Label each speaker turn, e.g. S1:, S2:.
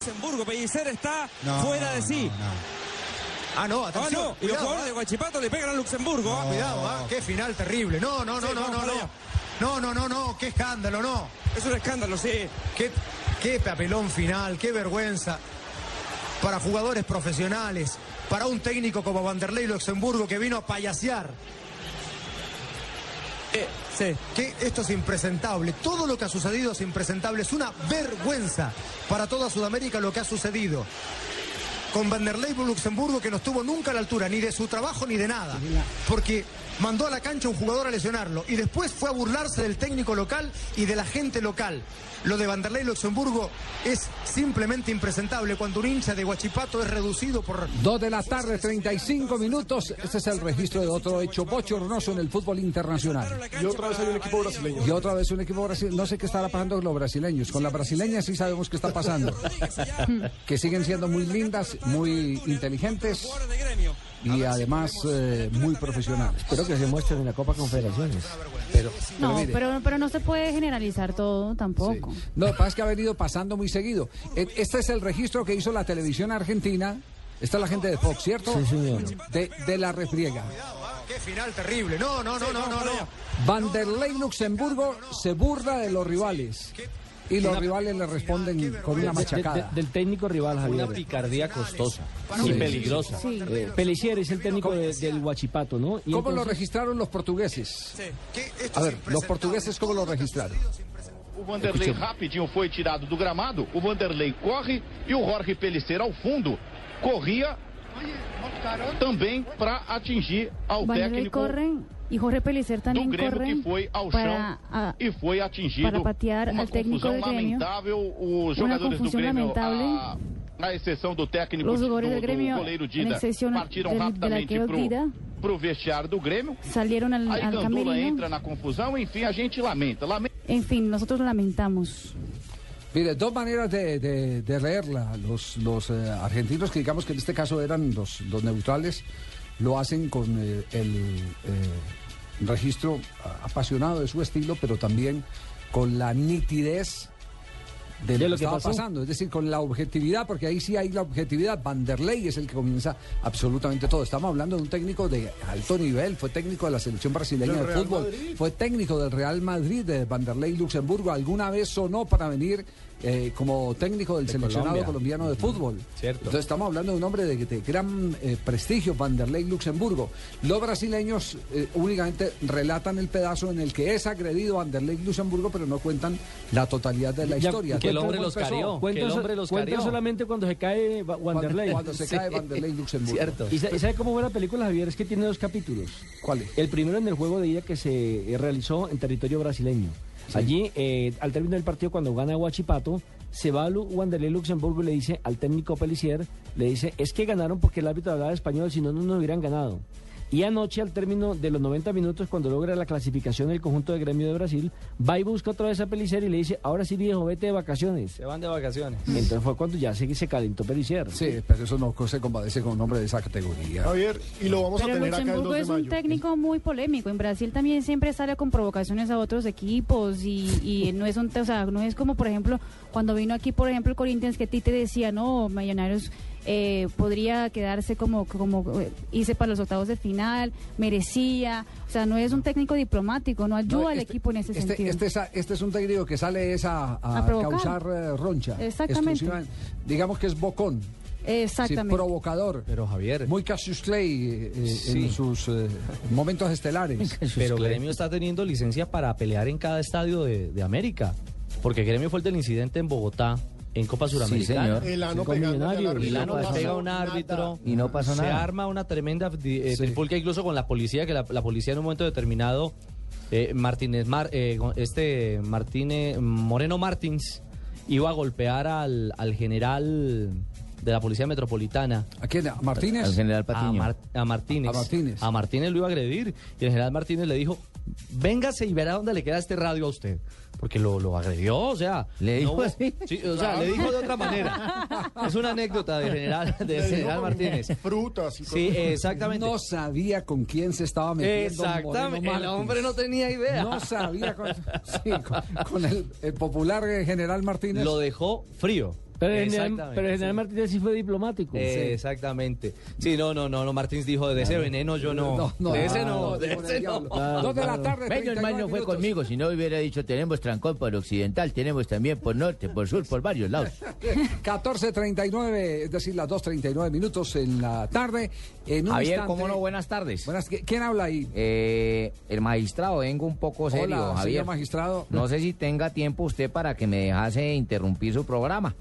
S1: Luxemburgo, Pellicer está
S2: No,
S1: fuera de
S2: no,
S1: sí.
S2: no. Ah, no,
S1: Ah,
S2: atención.
S1: no, y los
S2: cuidado,
S3: eh.
S1: jugadores
S2: ah,
S1: de Guachipato le pegan a Luxemburgo. ah.
S2: cuidado, ah, qué final terrible. No, no, no,
S1: Sí,
S2: no,
S1: vamos
S2: no,
S1: para allá.
S2: no. No, no, no, no, qué escándalo, no.
S1: Es un escándalo, sí.
S2: Qué, qué papelón final, qué vergüenza. Para jugadores profesionales, para un técnico como Vanderlei Luxemburgo que vino a payasear.
S1: Eh, sí.
S2: Que esto es impresentable. Todo lo que ha sucedido es impresentable. Es una vergüenza para toda Sudamérica lo que ha sucedido. Con Vanderlei Luxemburgo que no estuvo nunca a la altura, ni de su trabajo ni de nada. Porque mandó a la cancha a un jugador a lesionarlo. Y después fue a burlarse del técnico local y de la gente local. Lo de Vanderlei Luxemburgo es simplemente impresentable cuando un hincha de Guachipato es reducido por.
S3: Dos de la tarde, 35 minutos. Este es el registro de otro hecho bochornoso en el fútbol internacional.
S1: Y otra vez hay un equipo brasileño.
S3: Y otra vez un equipo brasileño. No sé qué estará pasando con los brasileños. Con las brasileñas sí sabemos qué está pasando. Que siguen siendo muy lindas, muy inteligentes
S1: de gremio.
S3: y además eh, muy profesionales.
S4: Espero que se muestren en la Copa Confederaciones.
S5: No,
S3: mire.
S5: pero, pero no se puede generalizar todo tampoco.
S3: No, lo que pasa es que ha venido pasando muy seguido. E- Este es el registro que hizo la televisión argentina. Está la gente de Fox, ¿cierto?
S4: Sí, señor.
S3: De, de la refriega.
S2: Cuidado, ah, qué final terrible. No, no, no, no, no, no.
S3: Vanderlei Luxemburgo se burla de los rivales. Y los rivales le responden con una machacada.
S4: del técnico rival, Javier. Una picardía costosa y peligrosa. Pelicier es el técnico de- del Huachipato, ¿no? Y
S3: ¿Cómo lo
S4: entonces-
S3: registraron los portugueses?
S2: Que esto es
S3: A ver, los
S2: impresentable.
S3: portugueses, ¿cómo lo registraron?
S6: O Vanderlei rapidinho foi tirado do gramado. O Vanderlei corre e o Jorge Pellicer ao fundo corria também para atingir ao
S5: Vanderlei
S6: técnico
S5: corre y Jorge Pelicer
S6: do
S5: también
S6: Grêmio que
S5: corren
S6: foi ao
S5: para,
S6: chão
S5: ah,
S6: e foi atingido.
S5: para patear
S6: Uma
S5: al técnico
S6: confusão
S5: do Grêmio.
S6: lamentável. Os
S5: Uma
S6: jogadores do
S5: confusão
S6: Grêmio,
S5: lamentável.
S6: a, ah, a exceção do técnico
S5: Os
S6: do,
S5: jogadores do
S6: do
S5: Grêmio,
S6: goleiro
S5: em
S6: Dida,
S5: exceção
S6: partiram
S5: del- del
S6: rapidamente
S5: arquero Dida.
S6: para o vestiário do Grêmio.
S5: salieron al,
S6: Aí
S5: al
S6: Gandula entra
S5: camerino.
S6: na confusão. Enfim, a gente lamenta. lamenta
S5: En fin, nosotros lamentamos.
S3: Mire, dos maneras de, de- de leerla. Los, los eh, argentinos, que digamos que en este caso eran los, los neutrales, lo hacen con eh, el eh, registro a- apasionado de su estilo, pero también con la nitidez de lo,
S4: De lo
S3: que,
S4: que
S3: estaba
S4: pasó.
S3: pasando, es decir, con la objetividad, porque ahí sí hay la objetividad. Vanderlei es el que comienza absolutamente todo. Estamos hablando de un técnico de alto nivel, fue técnico de la selección brasileña de fútbol, fue técnico del Real Madrid, de Vanderlei Luxemburgo. Alguna vez sonó para venir eh, como técnico del seleccionado
S4: Colombia.
S3: colombiano de fútbol.
S4: cierto.
S3: Entonces estamos hablando de un hombre de, de gran eh, prestigio, Vanderlei Luxemburgo. Los brasileños eh, únicamente relatan el pedazo en el que es agredido Vanderlei Luxemburgo, pero no cuentan la totalidad de la
S4: Ya-
S3: historia.
S4: que el hombre
S3: ¿Cómo
S4: los
S3: empezó?
S4: carió.
S3: Cuando-
S4: Que el hombre los
S7: cuentan
S4: carió.
S7: solamente cuando se cae Wa- Wanderlei.
S3: Cuando se cae Vanderlei Luxemburgo.
S4: Cierto.
S7: ¿Y sa- y sabe cómo ve la película, Javier? Es que tiene dos capítulos.
S3: ¿Cuál es?
S7: El primero en el juego de ida que se eh, realizó en territorio brasileño. Allí, eh, al término del partido, cuando gana Huachipato, se va a Lu- Wanderlei Luxemburgo y le dice al técnico Pelicier, le dice, es que ganaron porque el árbitro hablaba español, si no, no nos hubieran ganado. Y anoche, al término de los 90 minutos, cuando logra la clasificación del conjunto de gremio de Brasil, va y busca otra vez a Pelicier y le dice, ahora sí viejo, vete de vacaciones.
S4: Se van de vacaciones.
S7: Entonces fue cuando ya se, se calentó Pelicier.
S3: Sí, pero eso no se compadece con un hombre de esa categoría.
S7: Javier, y lo vamos
S5: Pero Luxemburgo es un técnico muy polémico. En Brasil también siempre sale con provocaciones a otros equipos y, y no es un, o sea, no es como por ejemplo cuando vino aquí por ejemplo el Corinthians que Tite decía no Millonarios eh, podría quedarse como como eh, hice para los octavos de final merecía, o sea no es un técnico diplomático, no ayuda
S3: No,
S5: al
S3: este-
S5: equipo en ese
S3: este,
S5: sentido.
S3: Este es, a- este es un técnico que sale es a, a
S5: A provocar.
S3: causar eh, roncha.
S5: Exactamente.
S3: exclusivamente. Digamos que es bocón. sí,
S5: Exactamente.
S3: provocador.
S4: Pero Javier,
S3: Muy Cassius Clay eh, eh,
S4: Sí.
S3: en sus eh, momentos estelares.
S4: pero Gremio está teniendo licencia para pelear en cada estadio de, de América. Porque Gremio fue el del incidente en Bogotá, en Copa Suramericana.
S7: señor. Elano pegando al árbitro.
S4: Milano
S7: No pasó
S4: pega a un árbitro
S7: Y no pasó
S4: Se
S7: nada.
S4: arma una tremenda eh, trifulca incluso con la policía, que la, la policía en un momento determinado, eh, Martínez Mar- eh, este Martínez Moreno Martins iba a golpear al, al general de la Policía Metropolitana.
S3: ¿A quién? ¿A Martínez?
S4: Al general Patiño. A, Mar- a Martínez.
S3: A Martínez.
S4: A Martínez lo iba a agredir y el general Martínez le dijo, véngase y verá dónde le queda este radio a usted. Porque lo, lo agredió, o sea... ¿Le
S8: dijo así?
S4: o sea, le dijo de otra manera. Es una anécdota de general, de
S3: Le dijo
S4: general
S3: como
S4: Martínez.
S3: Frutas
S4: y Sí, cosas. exactamente.
S3: No sabía con quién se estaba metiendo.
S4: Exactamente,
S3: Moreno
S4: el
S3: Martins.
S4: hombre no tenía idea.
S3: No sabía con, sí, con- con el, el popular eh, general Martínez.
S4: Lo dejó frío.
S7: Pero el general,
S4: Exactamente.
S7: pero el general Martínez sí fue diplomático.
S4: Eh,
S7: Sí.
S4: Exactamente. Sí, no, no, no, no. Martins dijo, de ese veneno yo no.
S7: No, no,
S4: de ese
S7: ah,
S4: no,
S7: no,
S4: de
S7: por
S4: ese
S7: el
S4: no.
S7: diablo.
S8: Claro, claro. Menos mal no fue conmigo, si no hubiera dicho tenemos trancón por occidental, tenemos también por norte, por sur, por varios lados.
S3: 14.39, es decir, las 2.39 minutos en la tarde. En un
S9: Javier,
S3: instante-
S9: ¿cómo no? Buenas tardes.
S3: Buenas, ¿qui- ¿Quién habla ahí?
S9: Eh, el magistrado, vengo un poco
S3: Hola,
S9: serio,
S3: señor
S9: Javier.
S3: magistrado.
S9: No sé si tenga tiempo usted para que me dejase interrumpir su programa.